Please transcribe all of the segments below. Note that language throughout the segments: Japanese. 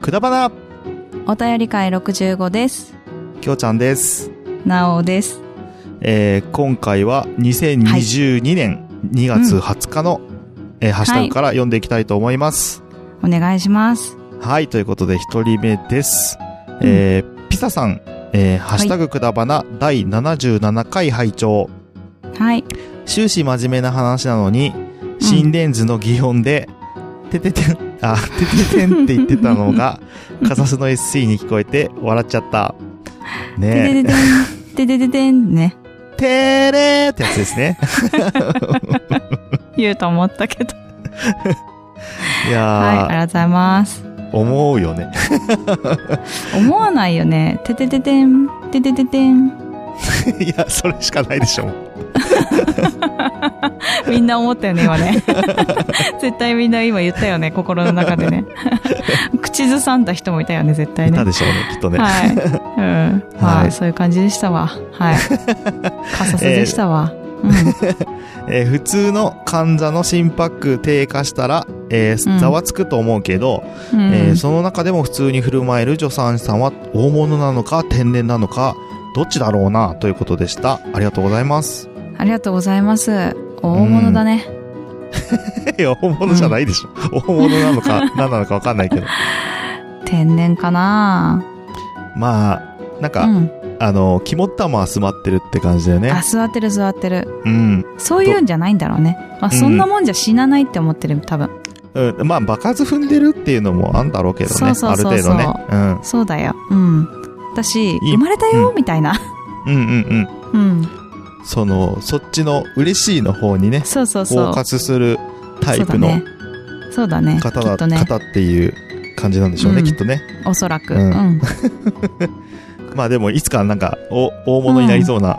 くだばなお便り会65です。きょうちゃんです。なおです。えー今回は2022年2月20日の、えーハッシュタグから読んでいきたいと思います。お願いします。はい、ということで一人目です。えーピサさん、えーハッシュタグくだばな第77回拝聴はい。終始真面目な話なのに、心電図の擬音で、てててん、あ、てててんって言ってたの が、カサスの SE に聞こえて笑っちゃった。ねてえでででん、てでででんね。、てれーってやつですね。言うと思ったけど。いはい、ありやがとうございます。ー、思うよね。思わないよね。てでででん、てでででん。いや、それしかないで しょ。みんな思ったよね、今ね。絶対みんな今言ったよね、心の中で ね。口ずさんだ人もいたよね、絶対いね。たでしょうね、きっとね。はい。うん。 はいはい、そういう感じでしたわ。 はい。カサスでしたわ。えー普通の患者の心拍低下したら、えーうんざわつくと思うけど、うん。うんえーその中でも普通に振る舞える助産師さんは大物なのか天然なのか、どっちだろうな、ということでした。ありがとうござい ます。ありがとうございます。大物だね。いや、大物じゃないでしょ。大物なのか、 何なのかわかんないけど。天然かなまあ、なんか、うん。あの、肝っ玉は詰まってるって感じだよあ、ね。座ってる座ってる。うん。そういうんじゃないんだろうね。まあ、そんなもんじゃ死なないって思ってる、多分。うん、まあ、爆発踏んでるっていうのもあんだろうけどね。そうそうそうそうある程度ね。うん。そうだよ。うん。私、い生まれたよ、うみたいな。 うんうんうん。うん。その、そっちの嬉しいの方にね、そうそうフそォうー。カスするタイプのそうだね。そう方だね。だ、きっと方ね。っていう感じなんでしょうね、うんきっとね。おそらく。ううんん。まあでも、いつかなんか、お、大物になりそうな、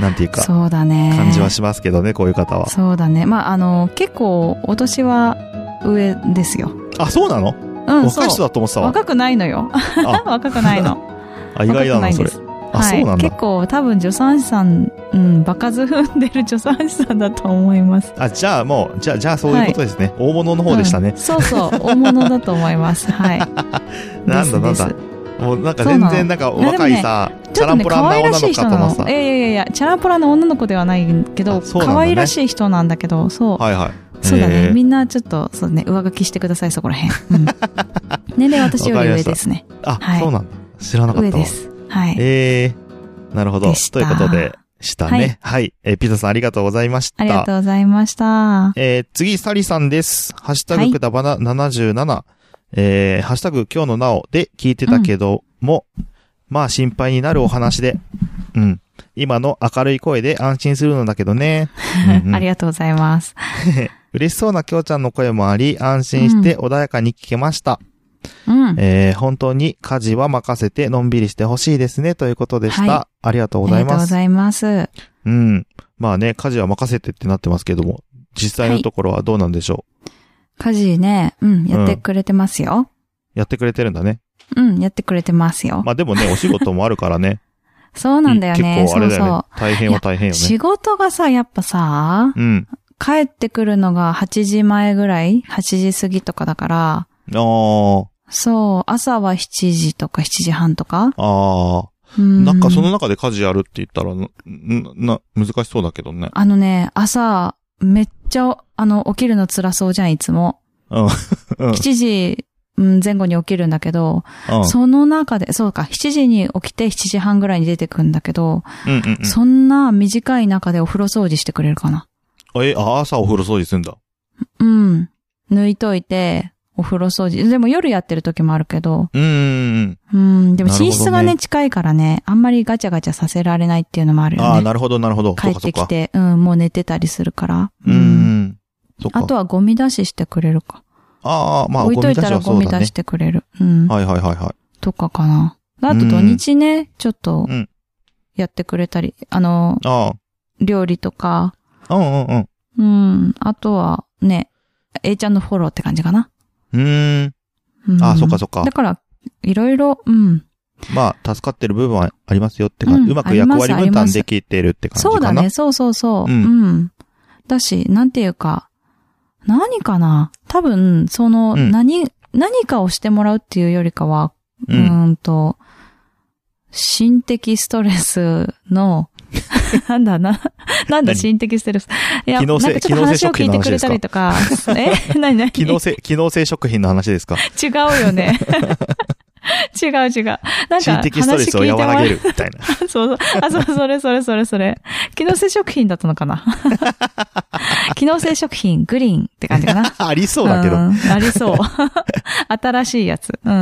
なんていうか、そうだね。感じはしますけどね、こういう方は。そうだね。まあ、あの、結構、お年は上ですよ。あ、そうなのうん、若い人そう。だと思ってたわ。若くないのよ。あ 若くないの。 あ、意外だ若くな、いんそでれす。あ、そうなん結だ。構多分助産師さん、うん、場数踏んでる助産師さんだと思います。あ、じゃあもう、じゃあ、じゃあそういうことですね。大物の方でしたうねん。そうそう、大物だと思います。はい。 なんだなんですだです。もうなんか全そうな然のなんかいやでもね若いさ、チちャょラっとンね、ポランな可愛ら女しの子い人かと思なってた。の。いはいやいやいや、チャランポラな女の子ではないけど、あそうなんだね可愛らしい人なんだけど、そう。はい。そうだえね。ーみんなちょっと、そうね、上書きしてください、そこら辺。 うん、年齢私より上ですね。あ、はいそうなんだ。知らなかっ上たわで。す。はい。えー、なるほど。でしたということで、したね。はい。えーピザさんありがとうございましありがた。とうございました。えー次、サリさんです。ハッシュタはグいくだばな77。えーハッシュタグ今日のなおで聞いてたけども、まあ心配になるお話で、うん。今の明るい声で安心するのだけど ね。うんうんありがとうございます。嬉しそうなきょうちゃんの声もあり、安心して穏やかに聞けました。うん。えー本当に家事は任せてのんびりしてほしいですね、ということでした。はありがとうごあざりいがとうまごす。ざいます。うん。まあね、家事は任せてってなってますけども、実際のところはどうなんでしょう。家事ね、うん、やってくれてますよ。やってくれてるんだね。うん、やってくれてますよ。まあでもね、お仕事もあるからね。 そうなんだよね。結構あれだよね。そう大変は大変そう。よね。仕事がさ、やっぱさ、うん。帰ってくるのが8時前ぐらい ?8 時過ぎとかだから、あー、そう、朝は7時とか7時半とかあー。ななんかその中で家事やるって言ったら、な、な、な難しそうだけどね。あのね、朝、めっちゃ、あの、起きるの辛そうじゃん、いつも。うん。うん7時うん前後に起きるんだけど、うんその中で、そうか、7時に起きて7時半ぐらいに出てくんだけど、うんうんうんそんな短い中でお風呂掃除してくれるかな。え、あ朝お風呂掃除するんだ。うん。抜いといて、お風呂掃除。でも夜やってる時もあるけど、うーん。うん、でもなるほどね寝室がね、近いからね、あんまりガチャガチャさせられないっていうのもあるああ、よね。なるほど、なるほど。帰そうっか、そてうきか。て、うん、もう寝てたりするから。うーん。そっか。あとはゴミ出ししてくれるか。ああ、まあ、置いゴとミい出たしらはゴそうミだ出ねし。てくれる。うん。はいはいはいはい。とかかな。あと土日ね、ちょっとうん、やってくれたり、あの、あ料理とか、あ、うんうんうん。うん、あとはね、A ちゃんのフォローって感じかな。うーん。うん、ああ、そっかそっかだ。から、いろいろ、うん。まあ、助かってる部分はありますよって感うじ。んうまく役割あり分ま担すできてるって感じかな。そうだね、。そうそうそう。ううんん。だし、なんていうか、何かな多分、その、うん何何かをしてもらうっていうよりかは、ううん。ーんと、心的ストレス の、なんだな、なんだ何心的ストレス。いや、機なん能性かちょっと話を聞いてくれたりとか、え何何機能性、機能性食品の話ですか違う よね。違う違う。なんか心話聞い的ストレスをても和ららうげるみたいな。そうそう。あ、そう、それ、それ、それ、それ。機能性食品だったの かな機能性食品、グリーンって感じかな ありそうだけど。んあり そう。新しいやつ。うん。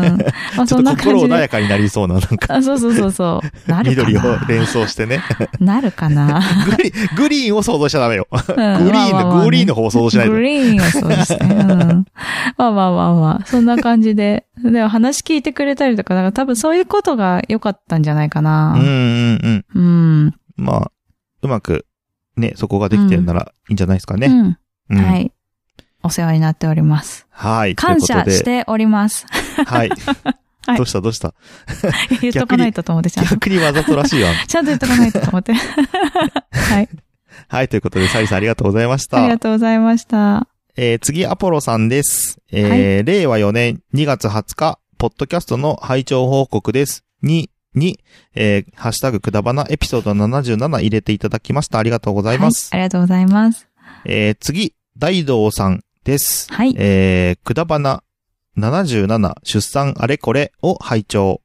まあ、ちそょっんとな感心じ穏で。やかになりそうな、なんか、あそうそうそうそう。なるか緑をな連想してね。なるかな、グリーン、グリーンを想像しちゃダメよ。うんグリーンまあまあまあの、グねリーンの方を想像しないグで。リーンはそ うですね。うん。まあまあまあまあ、そんな感じで。でも話聞いてくれたりとか、だから多分そういうことが良かったんじゃないかうんうな。んうん。うん。うん。まあ、うまく、ね、そこができてるならいいんじゃないですかね。うんは。い。お世話になっております。はい。という感こと謝でしてお ります。はい。 はいどうしたどうした言っとかないとと思って、ちゃんと。逆にわざとらしいわ。ちゃんと言っとかないとと思 って。はい。はい。ということで、サリさんありがとうございましありたが。とうございました。えー次、アポロさんです。えー令和4年2月20日、ポッドキャストの拝聴報告です。に、に、えーハッシュタグくだばなエピソード77入れていただきました。ありがとうございます。はい。ありがとうございます。えー次、大道さんです。はい。えー、くだばな77出産あれこれを拝聴。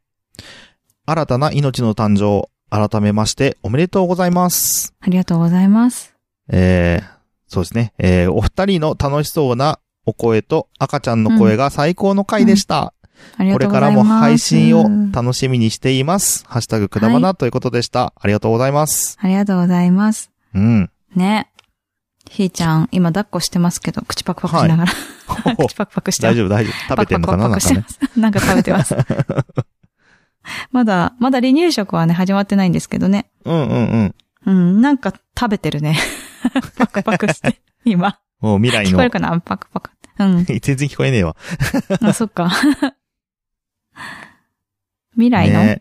新たな命の誕生、改めましておめでとうございます。ありがとうございます。えー、そうですね。えー、お二人の楽しそうなお声と赤ちゃんの声が最高の回でした。ありこがとれうごかざらいます。も配信を楽しみにしています。ハッシュタグくだばなということでした。ありがとうございます。ありがとうございます。 うん。ね。ひーちゃん、今抱っこしてますけど、口パクパクしながら。口パクパクしてま大す。丈夫、大丈夫。食べてんのかななパんクかパクねパク。してます。 なんか食べて ます。まだ、まだ離乳食はね、始まってないんですけどね。うんうんうん。うん、なんか食べて るね。パクパクして、今。もう未来聞こえのる。かなパクパク。う ん。全然聞こえねえわ。あ、そっか。 未来の、ね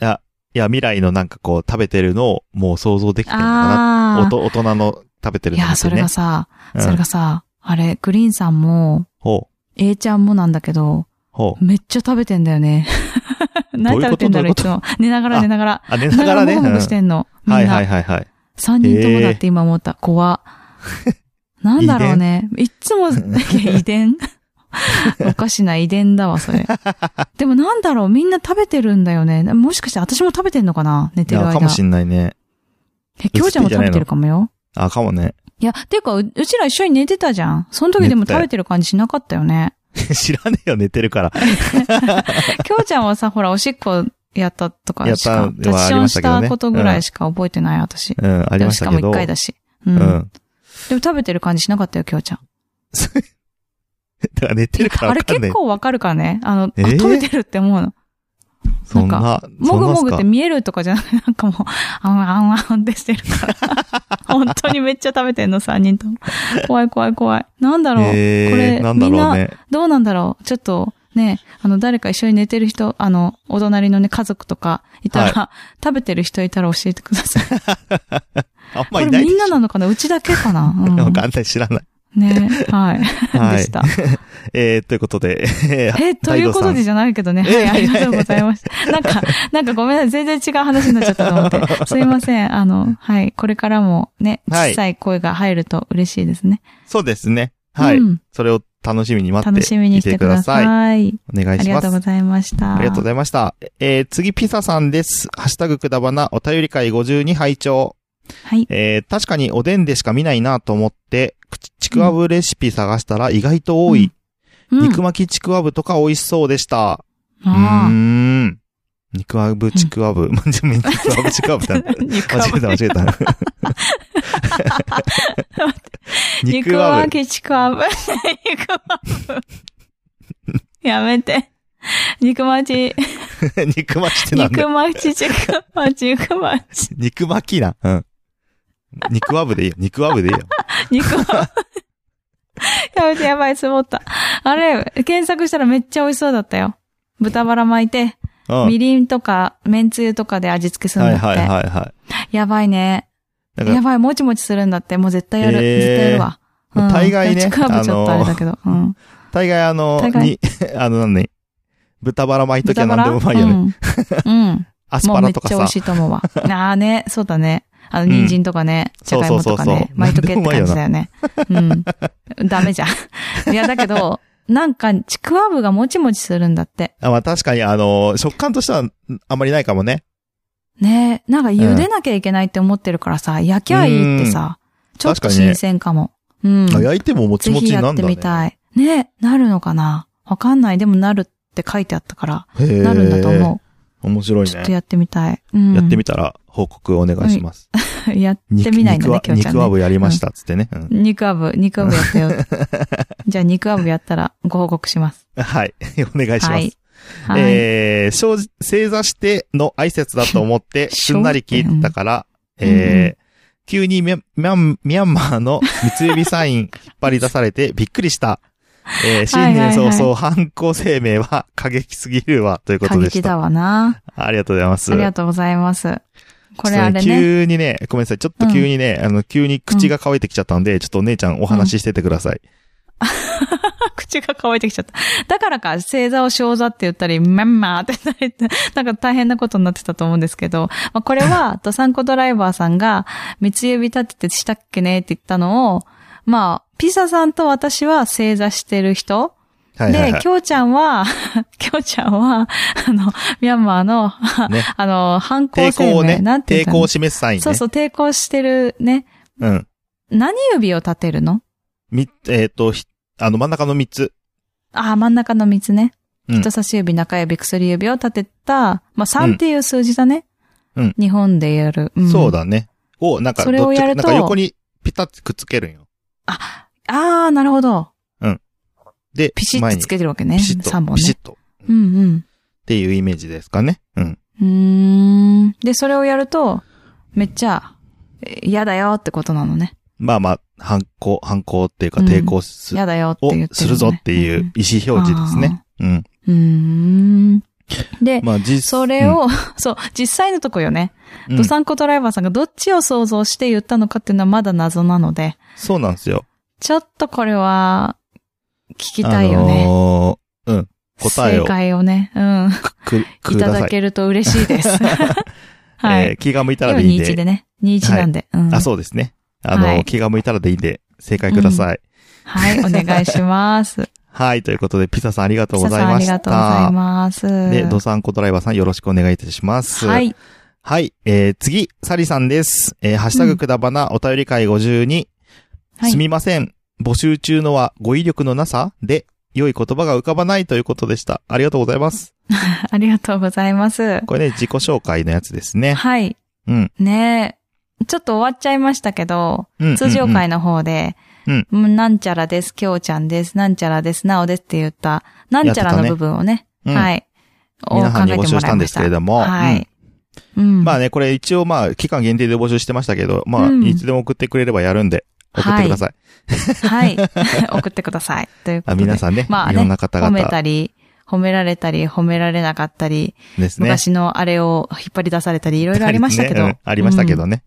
えいや、いや、未来のなんかこう、食べてるのをもう想像できてるのかな。あおあ。と大人の食べてるいのをや、見そてれねが。さ、うんそれがさ、あれ、グリーンさんも、ほう、 A ちゃんもなんだけど、ほう。めっちゃ食べてんだよね。 何食べてんだろう、どういういことつも。寝ながらあ寝ながら。あ、寝ながらね。もぐもぐしてんの。うみんんはいなはいはいはい。三人ともだって今思った。 怖。なんだろうね。いっつも、い や遺伝。 おかしな遺伝だわ、それ。でもなんだろう、みんな食べてるんだよね。もしかして私も食べてんのかな寝いてるや、間。かもしんないね。え、きょうちゃんも食べてるかもよ。あ、かもね。 いや、ていうかう、うちら一緒に寝てたじゃん。その時でも寝てたよ食べてる感じしなかった よね。知らねえよ、寝てるから。きょうちゃんはさ、ほら、おしっこやったとかしやかっ、た立のはちあシりョまンしたしけどねたことぐらいしか覚えてない、私。うん、ありましたけでもしど。かも一回だし。うん。うん。でも食べてる感じしなかったよ、きょうちゃん。だから寝てるからあわれかんない結。構わかるからね。あの、あえー食べてるって思うの。そんな、もそんぐなもすぐっかて見えるとかじゃなくて、なんかもう、あんあんあんってしてる から。本当にめっちゃ食べてんの、三人とも。怖い怖い怖い。なんだろう。えこれー、なんだろうね。どうなんだろう。ちょっと、ね、あの、誰か一緒に寝てる人、あの、お隣のね、家族とかいたら、食べてる人いたら教えてくださ い。あんこまれいないみでんしななのかなうちだけかな、うょ。ん わかんない、知らない。ね、はい。はい でした。えー、ということで、 えーえ、ということでじゃないけどね。はい、えありがとうございました。なんか、なんかごめんなさい。全然違う話になっちゃったと思 って。すいません。あの、はい。これからもね、はい小さい声が入ると嬉しいですね。そうですね。はい。うんそれを楽しみに待って楽しみにいしててくくだださい。さい。お願いあしりますがとう。ございました。ありがとうございました。えー、次、ピサさんです。ハッシュタグくだばな、お便り会52拝聴。はい。えー、確かにおでんでしか見ないなと思って、くちちくわぶレシピ探したら意外と多い。うん肉巻きちくわぶとか美味しそうでした。うーあん。肉わぶちくわぶ。 ま、じゃ、肉わぶちくわぶだ。間あ。 肉違えた、間違えた。 肉肉わはぶ。けちくわぶ。肉はぶ。 やめて。肉まち、 肉巻きってなんだ肉まち、ちくわ、肉まち、肉巻きな。うん。肉わぶでいいよ。肉わぶでいいよ。肉 はぶ。やめて、やばい、つぼった。あれ、検索したらめっちゃ美味しそうだったよ。豚バラ巻いて、うん。みりんとか、めんつゆとかで味付けするんはだいって。はいはいはやばいね。い。なんやか、ばい、もちもちするんだって。もう絶対やる。へー絶対やるわ。うん大概ねちくわぶちょっとあれだけど。うん。大概あの、大概に、 あの何、豚バラ巻いときゃ豚バ何ラでもうまいよね。う ん。うん。アスもパうラめっとかちゃ美さ味し。いと思うわ。ああね、そうだね。あの、うん人参とかね、じゃがいもとそうそかうそうねそ、う巻いとけって感じだよね。うん。 ダメじゃん。いや、だけど、なんか、ちくわぶがもちもちするんだって。あまあ確かにあの、食感としてはんあんまりないかもね。ねなんか茹でなきゃいけないって思ってるからさ、焼きゃいいってさ、ちょっと新鮮かも。うん。あ焼いてももちぜもちひになやるっんてだね。みたい。ねなるのかなわかんない。でもなるって書いてあったから、へーなるんだと思面白う。いちょっとね。やってみたい。うん。やって みたら報告お願いします。やってみないんだね、きょうちゃん肉アね。ブやりましたっつってね。うん肉アブ、肉アブやったよ。 じゃあ肉アブやったらご報告します。はい。 お願いしまはすい。。はい。えー、正直正座しての挨拶だと思 って、すんなり聞いてたから、正直うんうんえー、急にミャン、ミャン、ミャンマーの三つ指サイン引っ張り出されてびっくりした。えー、新年早はいはい々犯行声明は過激すぎるわ、というこ過とでし激た。だわな。ありがとうございます。ありがとうございます。これあれちょっとね。急にね、ごめんなさい。ちょっと急にね、あの、急に口が乾いてきちゃったんで、ちょっとお姉ちゃんお話ししててください。口が乾いてきちゃった。だからか、正座を小座って言ったり、まんまって 言ったり、なんか大変なことになってたと思うんですけど、まあ、こ れは、ドサンコドライバーさんが、三つ指立ててしたっけねって言ったのを、まあ、ピサさんと私は正座してる人はいはいはで、いき。ょうちゃんは、 きょうちゃんは、あの、ミャンマーの、ね あの、反抗抵声抗明、をね、なんて言抵った抗のを示すサインね。そうそう、抵抗してるね。うん。何指を立てるのみ、えっ、と、ひあの、真ん中の三つ。ああ、真ん中の三つね。うん人差し指、中指、薬指を立てた、まあ、3っていう数字だね。うん日本でやる。んそう。だね。を、なんか、それをどっちかやるとなんか横にピタッとくっつけるんよ。ああ、なるほど。で、ピシッとつけてるわけ前ね。にピシッと、 3本ピねシッ。と。っうんうん。ていうイメージですかね。うん。うーん。で、それをやると、めっちゃ、え嫌だよってことなのね。まあまあ、反抗、反抗っていうかうん抵抗す、嫌だよって言ってる、ね。をするぞっていう意思表示ですね。うん。うん。うーん。で、まあ実、それを、 そう、実際のとこよね。うん、うドんサンコドライバーさんがどっちを想像して言ったのかっていうのはまだ謎なので、そうなんですよ。ちょっとこれは、聞きたいよあね。のーうん。答えを正解をね、うく、ん。くいたださだい。けると嬉し いです。はえーい。気が向いた今らでいいん21でで。ね。21なんで。うん。あ、そうですね。あのー、はい気が向いたらでいいんで、正解ください。はい、お願いします。はい、ということで、ピザさんありがとうごピサざいさんあまりしがとうございた。ます。で、ドサンコドライバーさんよろしくお願いいたします。はい。はい。えー、次、サリさんです。えー、ハッシュタグくだばな、お便り会52。はいすみません。募集中のは語彙力のなさで、良い言葉が浮かばないということでした。ありがとうございます。ありがとうございます。これね、自己紹介のやつですね。はい。うん。ねえ。ちょっと終わっちゃいましたけど、うん通常回の方で、うんうんなんちゃらです、きょうちゃんです、なんちゃらです、なおですって言った、なんちゃらの部分をね、うんはい。を皆さんに考え募て集もしらたいんまでしすけれども。はうんい。うん。まあね、これ一応まあ、期間限定で募集してましたけど、まあ、うんいつでも送ってくれればやるんで、送ってください。はい。 送ってください。ということあで。皆さんね、まあねいろんな方褒め々たり、褒められたり、褒められなかったり、ですね。昔のあれを引っ張り出されたり、いろいいろありましたけど。ありましたけうんどね。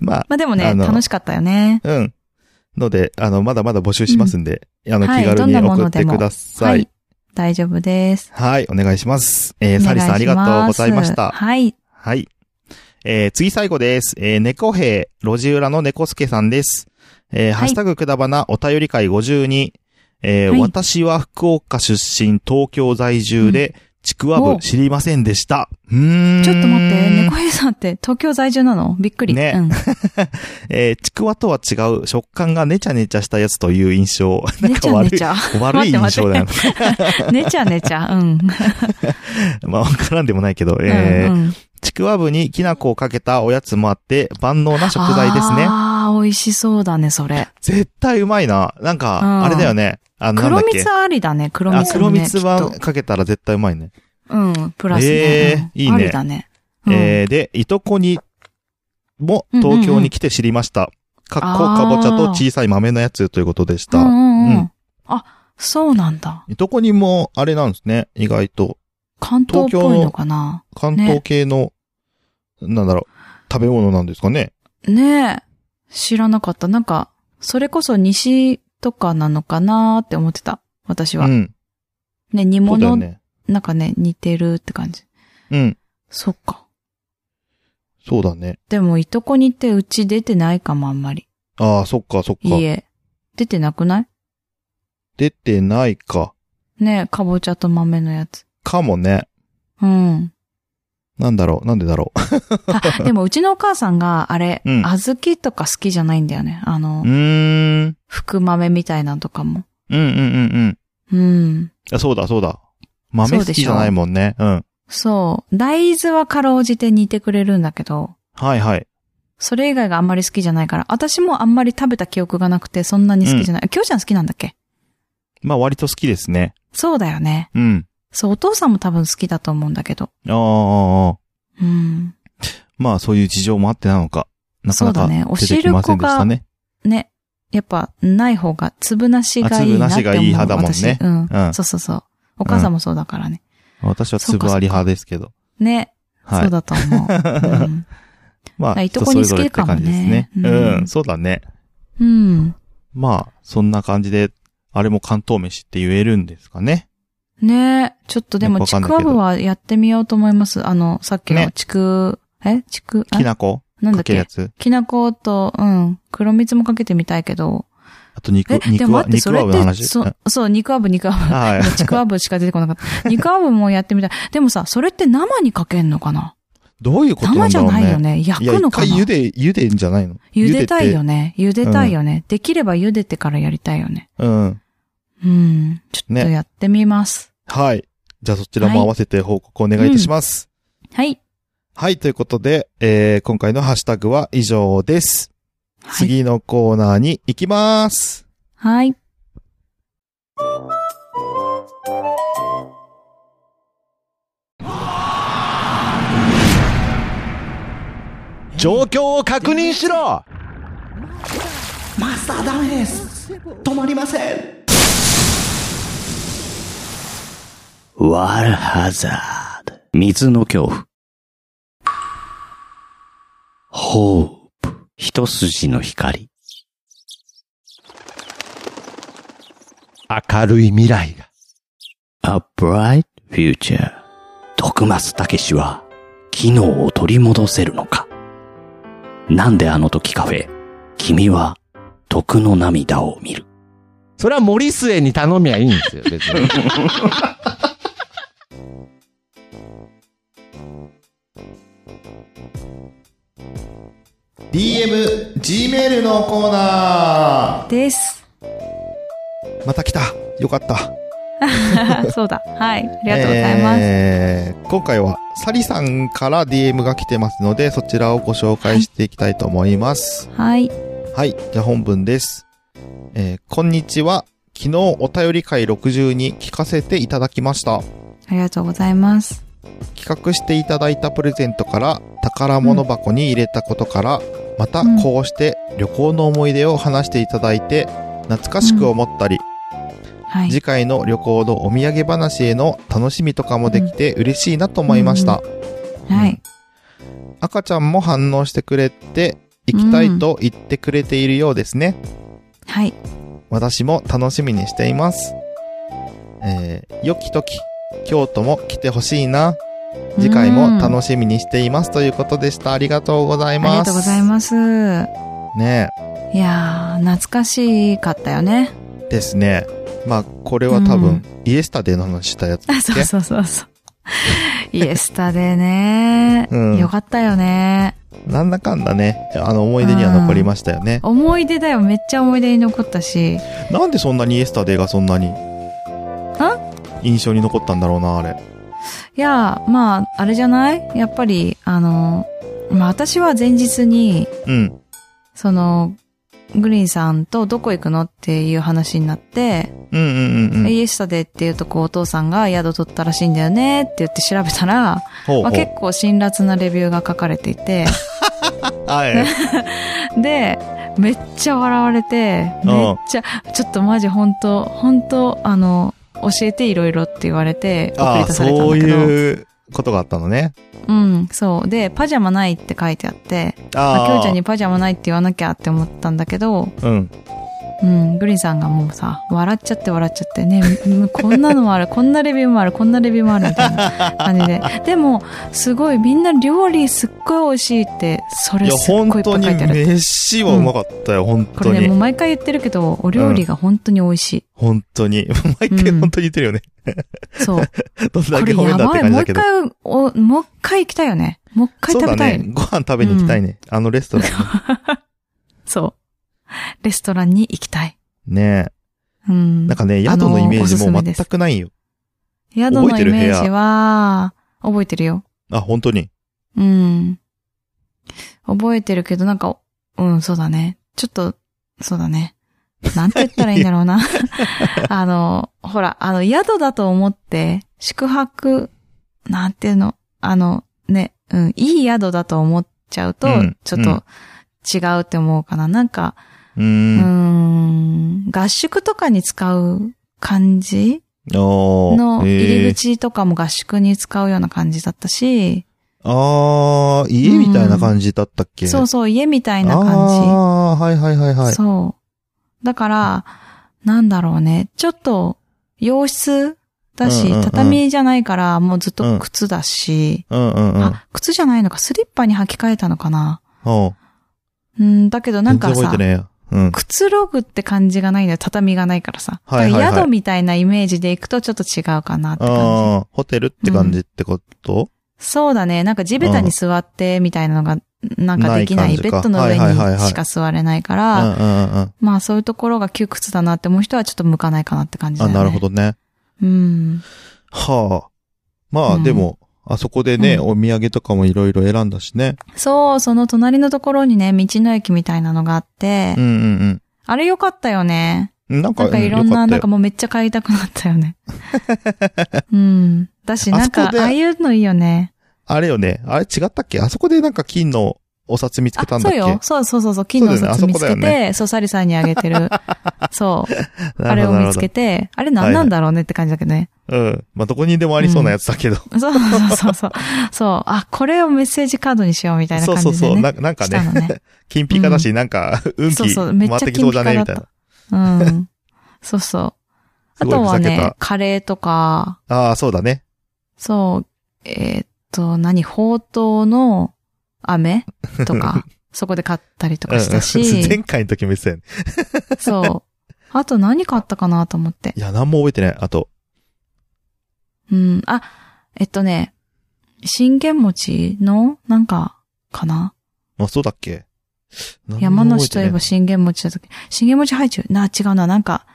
まあ、まあでもあね、の楽しかったよね。うん。ので、あの、まだまだ募集しますんで、あの、はい気軽にどんなも送のっでてもください。。大丈夫です。はい、お願いします。えーサリさんありがとうございました。お願しますはい。はい。えー次最後です。えー猫兵、路地裏の猫助さんです。えーハッシュタグくだばな、お便り会52。えーはい私は福岡出身、東京在住で、ちくわぶお知りませんでした。うーん。ちょっと待って、猫兵さんって東京在住なのびっくり。ね うん。えーちくわとは違う食感がネチャネチャしたやつという印 象。なんねかちゃ悪ねい、ちゃ。悪い印象だよね。 ねちゃねちゃ。うん。まあ、わからんでもないけど、えーうんうんちくわぶにきな粉をかけたおやつもあって、万能な食材ですね。ああ、美味しそうだね、それ。絶対うまいな。なんか、うんあれだよね。あの、なんだ黒っけ蜜。ありだね、黒あ、蜜黒もね。蜜きっはとかけたら絶対うまいね。うん、プラスえね。ーいいうんねありだね。うんえーで、いとこに、も、東京に来て知りました。かっこかぼちゃと小さい豆のやつということでしうんた。うんう。うんあ、そうなんだ。いとこにも、あれなんですね。意外と、関東っぽいのかな関東系の、なんだろう、食べ物なんですかね。ねえ。知らなかった。なんか、それこそ西とかなのかなーって思ってた。私うは。ん。ね、煮そうだ物、よね。なんかね、似てるって感じ。うん。そっか。そうだね。でも、いとこに行ってうち出てないかもあんまり。ああ、そっか、そっか。家。出てなくない出てないか。ねかぼちゃと豆のやつ。かもね。 うん。なんだろう、なんでだろあ、でもうちのお母さんが、あれ、うん小豆とか好きじゃないんだよね。あう。のう、ーん。福豆みたいなのとかも。うんうんうんうん。うん。あ、そうだそうだ。豆そ好うできじしゃょないもんね。うん。そう。大豆はかろうじて煮てくれるんだけど、はいはい。それ以外があんまり好きじゃないから、私もあんまり食べた記憶がなくて、そんなに好きじゃない。きょうちゃん好きなんだっけまあ割と好きですね。そうだよね。うん。そう、お父さんも多分好きだと思うんだけど。ああああ、ああ。うん。まあそういう事情もあってなのか。なかなそうだかね出てきませんでしたね。ね。やっぱ、ない方が、粒なしがいいなあって思う。粒なしがいい派だもんね私うん。うんそうそうそう。お母さんもそうだからね。私はつぶあり派ですけど。ね。はそうい。だと思 う。うん。まあ、いと人そこれに好ぞきれってかもね感じですね。うんうん、そうだね。うん、まあ、そんな感じで、あれも関東飯って言えるんですかね。ねえ、ちょっとでよくも、わかちんないくけどわぶはやってみようと思います。あの、さっきのねちく、えちく、あきな粉なんだかっけるやけつ。きな粉と、うん、黒蜜もかけてみたいけど。あと肉え、、で肉もは、待って、肉それはっのて、話。そうんそう、肉あぶ、肉あ ぶ。はい。ちくわぶしか出てこなかった。肉あぶもやってみたい。でもさ、それって生にかけんのかなどういうことな生んじだゃろうね。ないよね。焼いや、くの一か回な茹で、茹でんじゃないの茹でたいよね。ね。茹でたいよね。できれば茹でてからやりたいよね。うん。うん。ちょっとねやってみます。はい。じゃあそちらも合わせて報告お願いいたします。はい。はい、ということで、えー、今回のハッシュタグは以上です。はい次のコーナーに行きます。はい。状況を確認しろマスターダメです止まりませんワールハザード水の恐怖ホープ一筋の光明るい未来が。 A bright future 徳松たけしは機能を取り戻せるのかなんであの時カフェ君は徳の涙を見るそれは森末に頼みゃいいんですよ、別に。 DM、Gmail のコーナ です。ー。また来た。よかった。そうだ。はい。ありがとうございます。えー今回は、サリさんから DM が来てますので、そちらをご紹介していきたいと思います。はい。はい、じゃあ本文です。えーこんにちは。昨日お便り会60に聞かせていただきました。ありがとうございます。企画していただいたプレゼントから宝物箱に入れたことから、またこうして旅行の思い出を話していただいて、懐かしく思ったり、はい。次回の旅行のお土産話への楽しみとかもできて嬉しいなと思いました。はい。赤ちゃんも反応してくれて、行きたいと言ってくれているようですね。はい。私も楽しみにしています。えー、良き時、京都も来てほしいな。次回も楽しみにしていますということでした。ありがとうございあります。がとうございます。す。ねいやー、懐かしかったよね。えですね。まあ、これは多分うん、イエスタデーの話したやつあ、ですそうね。そうそうそう。イエスタでね、うんよかったよね。なんだかんだね、あの思い出には残りましたよね。思い出だよ。めっちゃ思い出に残ったし。なんでそんなにイエスタデーがそんなに、印象に残ったんだろうな、あれ。いやー、まあ、あれじゃないやっぱり、あの、まあ私は前日に、うん。その、グリーンさんとどこ行くのっていう話になって、うんうんうんうん。イエスタデーっていうとこお父さんが宿取ったらしいんだよねって言って調べたら、ほうほまあ、う。結構辛辣なレビューが書かれていて、はい。で、めっちゃ笑われて、うんめっちゃ、ちょっとマジ本当本当あの、教えていろいろって言われて、送ありあ、出されたんそだうけど。いうことがあったのね。うん、そう。で、パジャマないって書いてあって、ああ、あ。きょうちゃんにパジャマないって言わなきゃって思ったんだけど、うん。うん、グリーンさんがもうさ、笑っちゃって笑っちゃってね、むこんなのもある、 こんなレビューもある、こんなレビューもあるみたいな感じで。でも、すごいみんな料理すっごい美味しいって、そいれや、すっ本ごいいっぱ当いに書いてある。飯はうまかったよ、本こ当れね、もうに。毎回言ってるけど、お料理が本当に美味しい。本当に。毎回本当に言ってるよね。そう。ど んだこけれ褒めやんだっばてい。感じもだう一けど。回、おもう一回行きたいよね。もう一回そう食べだたい。ね。ご飯食べに行きたいね。あのレストランそう。レストランに行きたい。 に。ねうん。なんかね、宿のイメージもう全くないよ。宿覚えのてイる部屋メージは、覚えてるよ。あ、本当に。うん。覚えてるけど、なんか、うん、そうだね。ちょっと、そうだね。なんて言ったらいいんだろう な。あの、ほら、あの、宿だと思って、宿泊、なんていうの、あの、ね、うん、いい宿だと思っちゃうとうん、ちょっと違うって思うかな。なんか、うーうーん。ん、合宿とかに使う感じおーの入えりー口とかも合宿に使うような感じだったし、あー、家みたいな感じだったっけそうそう、家みたいな感あー、はいはいはいはじ。い。そう。だから、なんだろうね。ちょっと、洋室だし、うんうんうん畳じゃないから、もうずっうんと靴だし、うんうんうん。あ、靴じゃないのか、スリッパに履き替えたのかな。おううん、だけどなんか全然さ覚え、てねえよ。うん。くつろぐって感じがないんだよ。畳がないからさ。はいはいはいだから宿みたいなイメージで行くとちょっと違うかなって感じ。ああ、ホテルって感じってこと、そうだね。なんか地べたに座ってみたいなのが、なんかできない。ない感ベじかッドの上はいはいはいにはいしか座れないかうん、ら、うんうんうん。まあそういうところが窮屈だなって思う人はちょっと向かないかなって感じだあ、よね。なるほ。どね。うん。はあ。まあ、うんでも、あそこでね、うんお土産とかもいろいろ選んだしね。そう、その隣のところにね、道の駅みたいなのがあって、うんうんあれ良かったよね。うん。なんか、なんかいろんうな、よなんかかっもうめっちゃ買いたくなった よね。うん。だし、なんあかそ、こでああいうのいいよね。たよあれよね。あれ違ったっけあそこでなんか金のお札見つけたあ、んだそっうけよ。そうそうそうそう。金のおそうだよねあ札そこ見つだよけねて、そう、サリさんにあ げてる。そう。あなるれほをどなる見ほつどけて、あれ何なんだろうねって感じだけどね。うん。まあ、どこにでもありそうなやつだけど。そうそうそうそう。そう。あ、これをメッセージカードにしようみたいなそ感うじそで、うね。そう。ななんかしたねの、ね。 金ピカだし、なんか、運そ気うそうめっちゃ回ってきそうじゃね金みピたカいだっな。うん。そうそう。すあごいとはふざけねた、カレーとか、ああ、そうだね。そう、えーっと、何、ほうとうの 飴とか、そこで買ったりとうん かした前し、回の時も言ってたよね。そう。あと何買ったかなと思ってい。や、なんも覚えてない。あと、うん、あ、えっとね、信玄餅の、なんか、かなあ、そうだっけ山梨といえ何も覚てばね信玄餅だったっけ信玄餅配中な、違うな、なんか、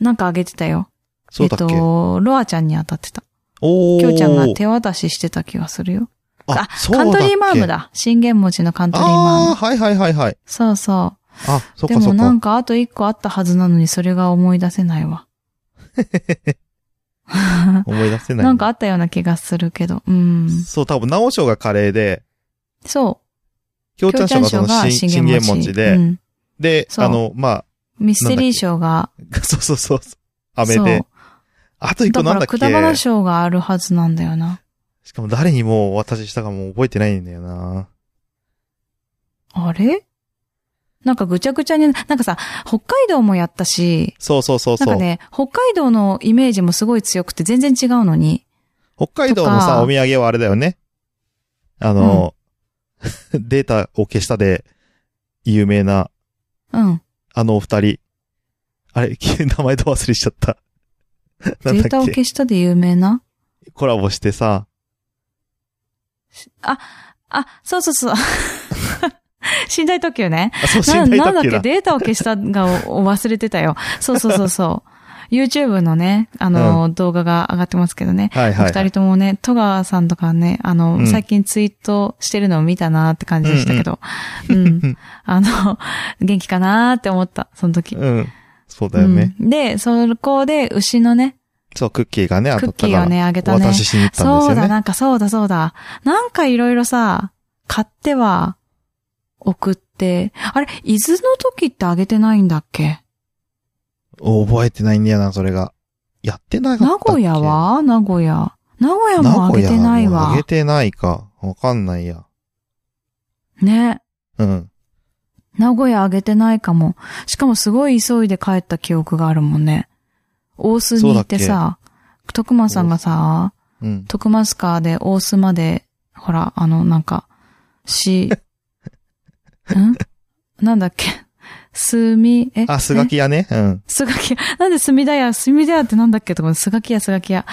なんかあげてたよ。そうだっけえっと、ロアちゃんに当たってた。おーきょうちゃんが手渡ししてた気がするよ。ああ、そうカだっンけトリーマーム。だ。信玄餅のカントリーマーああム。ー、はいはいはいはい。そうそ。あ、そうっでかそもっなかん。かあと一個あったはずなのにそれが思い出せな いわ。思い出せない。なんかあったような気がするけど。うん。そう、多分、直章がカレーで、そきょう。うちゃん賞がその京信信玄餅うで、んで、そうあ の、まミステリー賞が。あ、そうそうそう、飴そうで。あと一個なだんかだら、っけくだばな賞があるはずなんだよな。しかも誰にもお渡ししたかも覚えてないんだよな。あれなんかぐちゃぐちゃに、なんかさ、北海道もやったし、そうそうそうなんそかう。ね、北海道のイメージもすごい強くて全然違うのに。北海道のとさ、かお土産はあれだよね。あの、 データを消したで、有名な、うん。あのお二人。あれ、急に名前と忘れしちゃった。 なデんータだをっけ消したで有名なコラボしてさ、あ、そうそうそう。 寝台特急ね。 あ、そう、な信頼なん卓だっ球けだ。データを消したがおお忘れてたよ。そうそうそ うそう。YouTube のね、あの、動画が上がってますけどね。はいおはい。二人ともね、戸川さんとかね、あの、うん最近ツイートしてるのを見たなーって感じでしたけど。うん、 あの、元気かなーって思った、その時。うん。そうだよね。うんで、そこで牛のね、そう、クッキーがね、当クたッっキたーをから。ね、あげたおね渡。ししに行ったんですそうよだ、ね。なんかそうだそうだ。なんかいろいろさ、買っては、送って、あれ、伊豆の時ってあげてないんだっけ覚えてないんだよな、それが。やってなかった名っけ古屋は名古屋。名古屋もあげてない名古屋もあわげ。てないか。わかんないや。ね。うん。名古屋あげてないかも。しかもすごい急いで帰った記憶があるもんね。大須に行ってさ、徳間さんがさ、うん。徳マスカーで大須まで、ほら、あの、なんか、し、んなんだっけすみ、えあ、すがき屋ね。うん。すがき屋。なんで墨田屋、墨田屋ってなんだっけとか、すがき屋、すがき屋。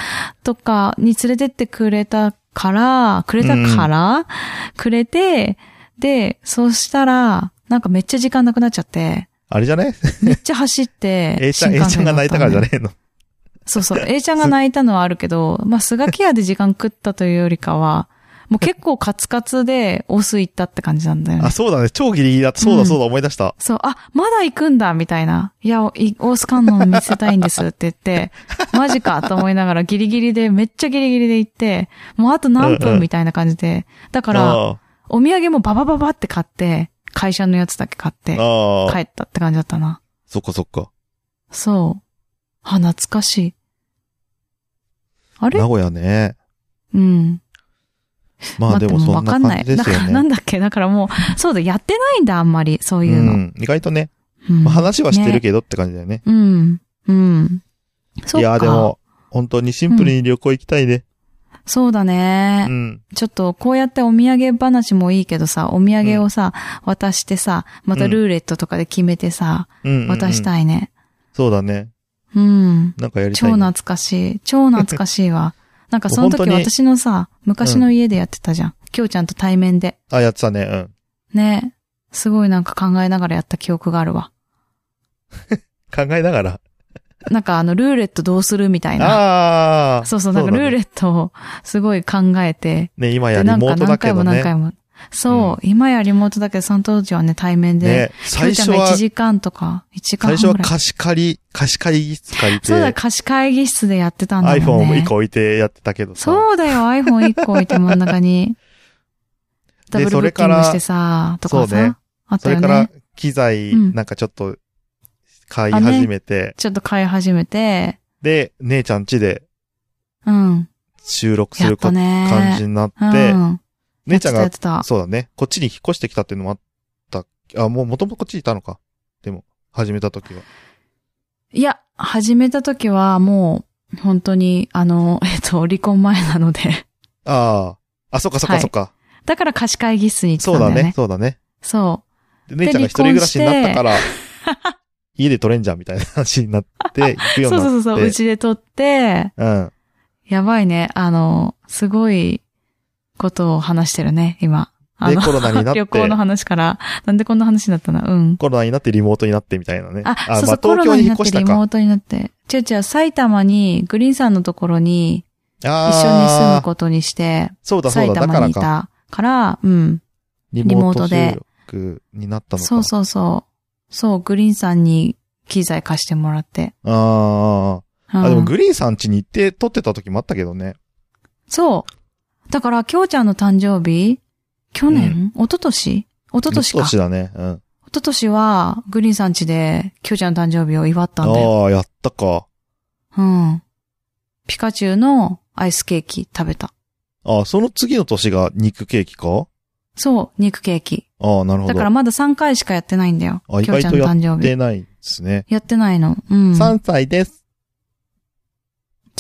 とか、に連れてってくれたから、くれたから、くれて、で、そうしたら、なんかめっちゃ時間なくなっちゃって、あれじゃねめっちゃ 走って、 ?A ちゃん、A 新幹ちゃん線が泣いたからじゃ乗ねっえの。そうそう。A ちゃんが泣いたのはあるけど、まあ、スガキ屋で時間食ったというよりかは、もう結構カツカツ でオス行ったって感じなんだよねあ、。そうだね。超ギリギリだった。そううだんそうだ、思い出した。そう、あ、まだ行くんだ、みたいな。いや、いオース観音見せたいんですって 言って、マジかと思いながらギリギリで、めっちゃギリギリで行って、もうあと何うんうん分みたいな感じで。だから、あお土産もババババって買って、会社のやつだけ買ってあ、ああ、帰ったって感じだったな。そっかそっか。そう。あ、懐かしい。あれ名古屋ね。うん。まあでも待っそてわんかなんな感い。じでだすかよらなんね。だっけだからもう、そうだ、やってないんだ、あんまり、そうういうの。ん。意外とね、うんまあ話はしてるけどって感じだよね。うん。うん。そうか。いや、でも、本当にシンプルに旅行行きたいね。そうだうね。ん。ちょっと、こうやってお土産話もいいけどさ、お土産をさ、渡してさ、またルーレットとかで決めてさ、うんうんうん。渡したい。いね。そうだね。うん。なんかやりた超いね。懐かしい。超懐かし いわ。なんかその本時当に私のさ、昔の家でやってたじゃん。きょうちゃんと対面で。あ、やってたね。うん。ね。すごいなんか考えながらやった記憶があるわ。考えながら。なんかあの、ルーレットどうするみたいな。ああ。そうそう、なんかだルねーレットをすごい考えて。ね、今やで、リなんモかートだ何け回ども何ね。回も。そう、今やリモートだけど、その当時はね、対面で。ね、きょう最ちゃん初が1は、時間とか、1時間最初半はぐらい。貸し借り、貸し借り室借りてそう、だ、貸し会議室でやってたんだもん iPhone ね。 1個置いてやってたけどさ。そうだよ、iPhone1 個置いて真ん中に。ダでブルブッキングしてさ、とかそうねさ。あっそたよれからね。、機材、うんなんかちょっと、買い始めて、ちょっと買い始めて。で、姉ちゃん家でうん。収録すやっるこたね。感じになって、うん。姉ちゃんやっがて、たやってそうだね、こっちに引っ越してきたっていうのもあった。あ、もう元々こっちにいたのか。でも、始めた時は。た。いや、始めた時はもう、本当に、あの、 えっと、離婚前なので。 ああ。あ、そっかそっかそっか。だから貸し会議室に行ってそたうんだだよねね。。そうだね。そで姉ちゃんが一人暮らしになったから、 家で取れんじゃんみたいな話になって、行くう。ようになって。そうそうそうそう、うちで撮って、うん。やばいね。あの、すごいことを話してるね、今。あで、の、コロナになって旅、行の話から、なんでこんな話になったな、うん。コロナになってリモートになってみたいなね。あ、まそうそあう、コ東ロ京ナにに引なっっ越てしリたモか。ートになって。違う違う、埼玉に、グリーンさんのところに、一緒に住あむあ、ことにして、そうだそう埼だ、だか玉らにいか。たから、うん。リモモーートトで収録になったのか。そうそうそう。そう、グリーンさんに機材貸してもらって。う。あうんあ。あ、でもグリーンさん家に行って撮ってた時もあったけどね。そう。だから、きょうちゃんの誕生日、去年、一昨年一昨年か。一昨一だね。うん。昨年は、グリーンさん家で、きょうちゃんの誕生日を祝ったんだよ。ああ、やったか。うん。ピカチュウのアイスケーキ食べた。ああ、その次の年が肉ケーキかそう、肉ケーキ。ああ、なるほだど。からまだ3回しかやってないんだよ。あ意きょ外うちゃんとのや誕生っ日。てないですね。やってないの。うん。違う3歳です。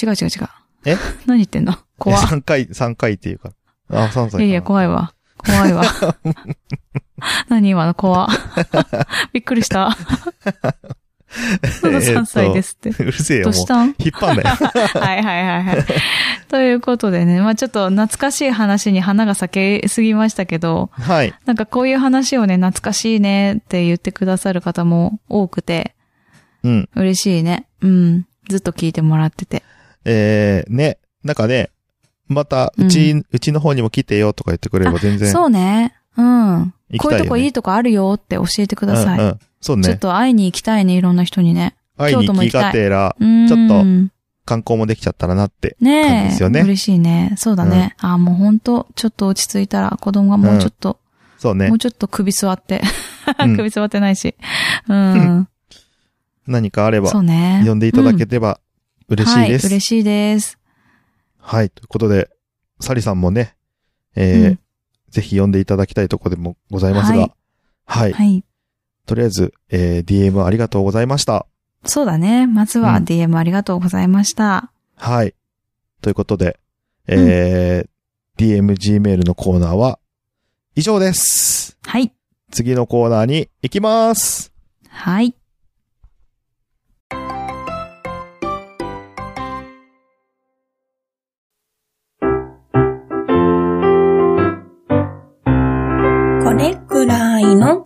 違う違う。え 何言ってんの怖っ。 3回、3回っていうか。あ、3歳かいやいや、怖いわ。怖いわ。何今の怖。 びっくりした。まだ3歳ですって。うるせえよ、もどうう。したん引っ張んなよ。 はいはいは いはい。ということでね、まあちょっと懐かしい話に花が咲きすぎましたけど、はい。なんかこういう話をね、懐かしいねって言ってくださる方も多くて、うん。嬉しいね。うん。ずっと聞いてもらってて。えー、ね、なんかね、また、ううんち、うちの方にも来てよとか言ってくれれば全然。そうね。うん。行こきういたういよねとこいいとこあるよって教えてください。うんうん、そうちょっね。と会いに行きたいね、いろんな人にね。会いに京都も行行ききたいがてら、うんちょっと観光もできちゃったらなって。感じねですえ。よね嬉しいね。そうだね。ああ、もうほんと、ちょっと落ち着いたら、子供がもうちょっと、そうねもう。ちょっと首座って。うん 首座ってないし。うん。何かあればそ、うね。 呼んでいただければ嬉しいです。はい、嬉しいです。はい。ということで、サリさんもね、えーうんぜひ呼んでいただきたいところでもございますが、はい。はい。とりあえず、えー DM ありがとうございました。そうだね。まずはうん DM ありがとうございました。はい。ということで、えー DM、Gmail のコーナーは、以上です。はい。次のコーナーに行きます。はい。これくらいの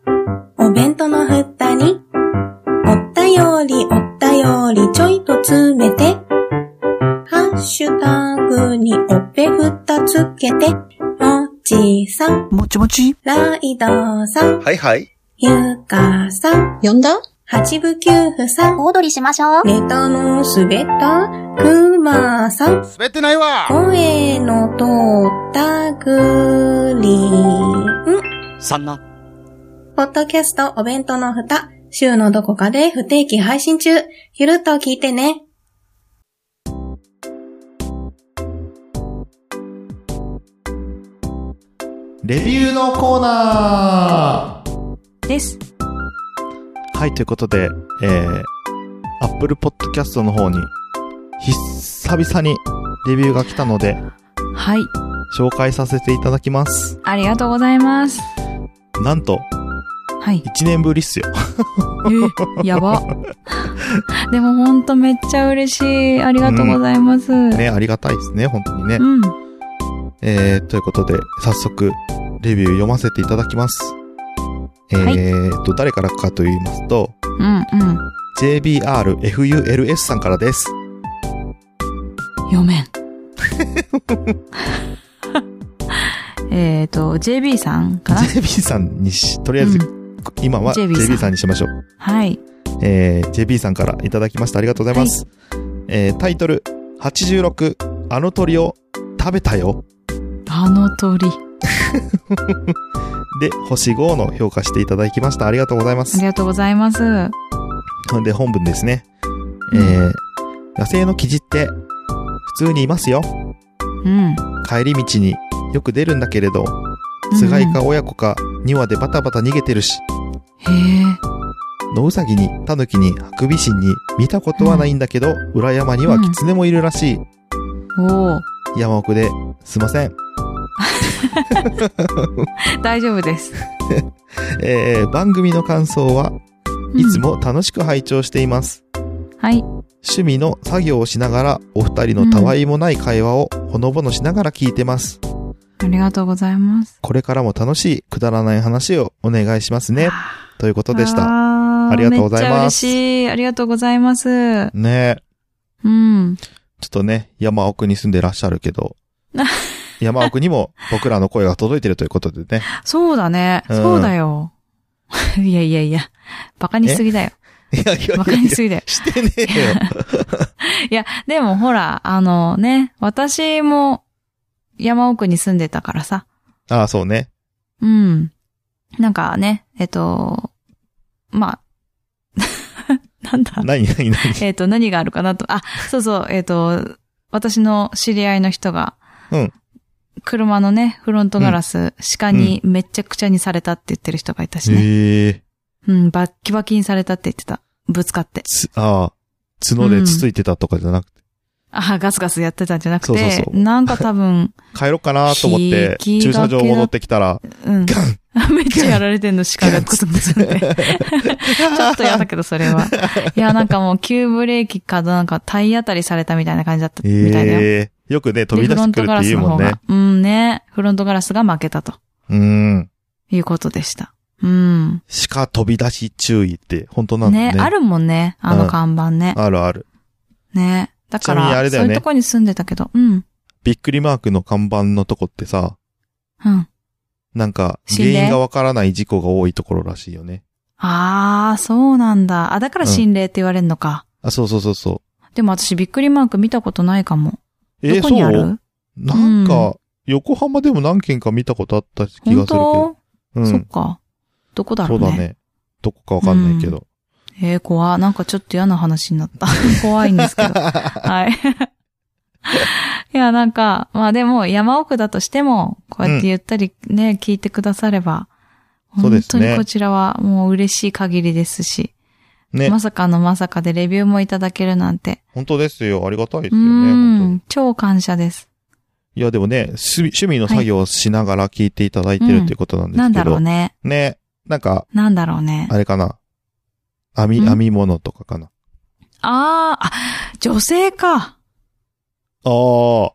お弁当のふたに、おったよりおったよりちょいと詰めて、ハッシュタグにおべふたつけて、もちさん、もちもち。ライドさん、はいはい。ゆかさん、呼んだ八部九夫さん、小踊りしましょう。ネタのすべったくまさん、滑ってないわ声のとったぐりん。さんな。ポッドキャストお弁当の蓋、週のどこかで不定期配信中。ゆるっと聞いてね。レビューのコーナーです。はい、ということで、えー、Apple Podcast の方に、久々にレビューが来たので、はい。紹介させていただきます。ありがとうございます。なんと、はい。 1年ぶりっすよ。 え、やば。でもほんとめっちゃ嬉しい。ありがとうございます。ね、ありがたいですね、本当にねう。ん。えー、ということで、早速、レビュー読ませていただきます。えーっと、誰からかと言いますと、うんうん。 JBRFULS さんからです。読 めん。えっと、JB さんかな JB さんにし、とりあえず、うん今は JB JB さんさんにしましょう。はい。えー JB さんからいただきました。ありがとうございます。えータイトル、86、あの鳥を食べたよ。あの鳥。あで、星5の評価していただきました。ありがとうございますり。がとうございます。で、本文ですね。えうんー野生のキジって、普通にいますよ。うん。帰り道によく出るんだけれど、つがいか親子か2羽でバタバタ逃げてるし、へえ。野ウサギに、タヌキに、ハクビシンに、見たことはないんだけど、裏山にはキツネもいるらしい。おお。山奥で、すいません。大丈夫です。えー、番組の感想は、うんいつも楽しく拝聴しています。はい。趣味の作業をしながら、お二人のたわいもない会話をほのぼのしながら聞いてます。ありがとうございます。これからも楽しい、くだらない話をお願いしますね。ということでした。たありがとうございますめっちゃ嬉しい。ありがとうございます。うねえん。ちょっとね、山奥に住んでらっしゃるけ ど、山奥にも僕らの声が届いてるということで ね。そうだね。うんそうだよ。 いやいやいや。バカにしすぎだよ。いやいやいバやカいにやしすぎだよ。してね えよ。いや、でもほら、あのね、私も山奥に住んでたからさ。ああ、そうね。うん。なんかね、えっと、まあ、 なんだ。何何何えっと、何があるかなと。あ、そうそう、えっと、私の知り合いの人が、うん車のね、フロントガラス、鹿にめちゃくちゃにされたって言ってる人がいたしね。へえ。うん、バッキバキにされたって言ってた。ぶつかって。つ、ああ、角でつついてたとかじゃなくて、あ、ガスガスやってたんじゃなくて、そうそうそうなんか多分、帰ろうかなと思って、ひ駐車場気が気だ戻ってきたら、うん。ガンめっちゃやられてんの、鹿がクスクスって。 ちょっと嫌だけど、それは。いや、なんかもう、急ブレーキか、なんか体当たりされたみたいな感じだったみたいだよ。ええよくね、飛びで出フロしンてトくるガっラてス言うのも方んねが。。うんね。フロントガラスが負けたとうん。いうことでした。うん。鹿飛び出し注意って、本当なんだねね。。あるもんね。あうのん看板ね。あるある。ね。だかちなみにあら、れだそようねいうとこに住んでたけど。うん。びっくりマークの看板のとこってさ、うん。なんか、心原霊因がわからない事故が多いところらしいよね。ああ、そうなんだ。あ、だから心霊って言われるのか。あ、そうそうそうそう。でも私、びっくりマーク見たことないかも。えーどこにあそうるなんうか、横浜でも何件か見たことあった気がするけ本ど。当うん。そっか。どこだろそううね。だね。どこかわかんないけど。えー、怖。なんかちょっと嫌な話になった。 怖いんです けど。はい。 いや、なんか、まあでも山奥だとしても、こうやってゆったりね、聞いてくだされば、そう本で当すにねこちらはもう嬉しい限りですし、ね。まさかのまさかでレビューもいただけるなんて。本当ですよ。ありがたいですうよね。本当んに。超感謝です。いや、でもね、趣味趣味の作業をしながら聞いていただいてるっていうことなんですけど。なんだろうね。ね。なんか、なんだろうね。あれかな。編み、ん編み物とかかな。あーあ、女性か。ああ。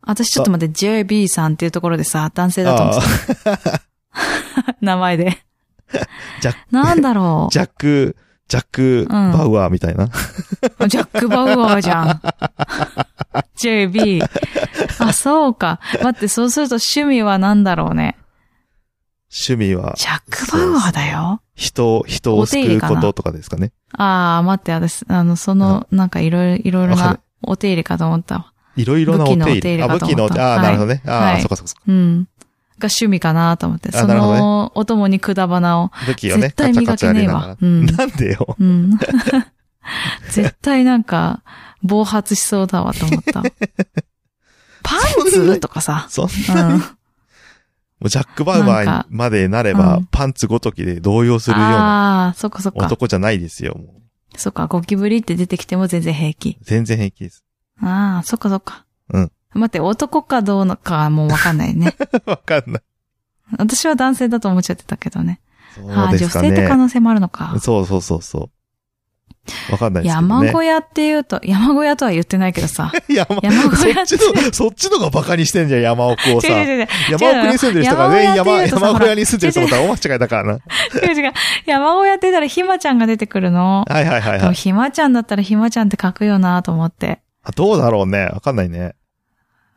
私ちょっと待って、JB さんっていうところでさ、男性だと思ってた。 名前で。 ジャックなんだろ う。ジャック、ジャック、バウアーみたいな。 ジャック・バウアーじ ゃん。JB。あ、そうか。待って、そうすると趣味は何だろうね。趣味は、ジャック・バウアーだよ。人を、人を救うこととかですかね。あー、待って、私、あの、その、なんかいろいろ、いろいろわかなるお手入れかと思ったわ。いろいろなお手入武器のお手れ。入れあ、か武と器思のおった手、ああ、はいなるほどね。ああ、はいそっかそっかそっうん。が趣味かなと思って。あそなるほどねの、お供にくだばなを。か。武器をね、絶対磨けねえわカチャカチャやりながらなんでよ。 うん。 絶対なんか、暴発しそうだわと 思った。パンそんなツとかさ。そんうなに、んも。うジャック・バウアーにまでなれうばん、パンツごときで動揺するようなああ、そっかそっか。男じゃないですよ。もうそっか、ゴキブリって出てきても全然平気。全然平気です。 ああ、そっかそっか。うん。待って、男かどうかはもうわかんないね。 わかんない。私は男性だと思っちゃってたけどね。そあうあ、で女すか性って可ね。能性もあるのか。そうそうそうそう。わかんないですけど山ね。小屋って言うと、山小屋とは言ってないけどさ。 山山小屋ってそっちの、そっちのがバカにしてんじゃん、山 奥をさ。違う違う違う。山奥に住んでる人が全員山山、小屋って言うとさ山小ほら屋に住んでる人だと大間違いだからな。違う違う。山小屋って言ったらひまちゃんが出てくるの。はいはいはいではもい。ひまちゃんだったらひまちゃんって書くよなと思って。あどうだろうね。わかんないね。。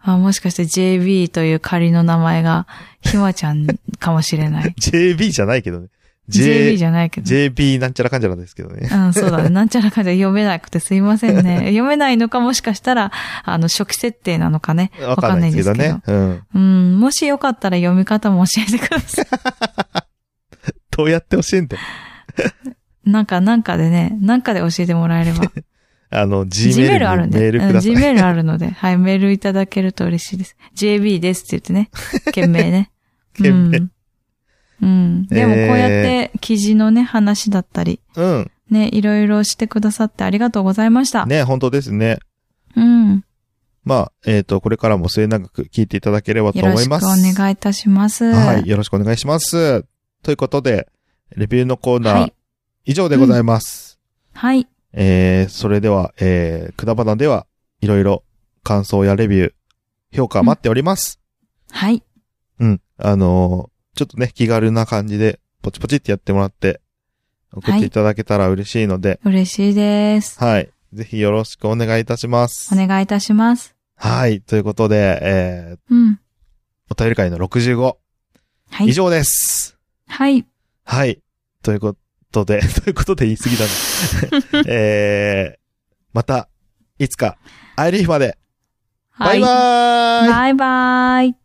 あ、もしかして JB という仮の名前がひまちゃんかもしれない JB じゃないけどね。 JB じ J、ゃないけど。 JB なんちゃらかんちゃらですけどね。うん、そ うだね。なんちゃらかんちゃら読めなくてすいませんね。読めないのかもしかしたら、あの、初期設定なのかね。わかんないですけど わかんないねで。うん。うん、もしよかったら読み方も教えてくだ さどうやって教えんだよ。い。なんか、なんかでね、なんかで教えてもら えれば。あの、G メ Gmail ールあるにんメで。ールうくん、ださい。 Gmail あるので。はい、メールいただけると嬉しいです。JB ですって言ってね。懸命ね。 懸命うん。うん。でもこうやっえて記事のね、話だったり、うん。ね、いろいろしてくださってありがとうございました。ね、本当ですね。うん。まあ、えっと、これからも末永く聞いていただければとよろ思しいくまおす。願いいたします。はい、よろしくお願いします。ということで、レビューのコーはナーい、以上でございます。はい。えー、それでは、えー、くだばなでは、いろいろ感想やレビュー、評価待っております。はい。うん。あのーちょっとね、気軽な感じで、ポチポチってやってもらって、送っていただけたら嬉しいので、嬉しいです。はい。ぜひよろしくお願いいたします。お願いいたします。はい。ということで、えー、うん。お便り会の65、は以い。上です。はい。はい。ということで、 ということで言い過ぎだな。 えー、また、いつか、会える日まで、はバいイバーイバイバイ。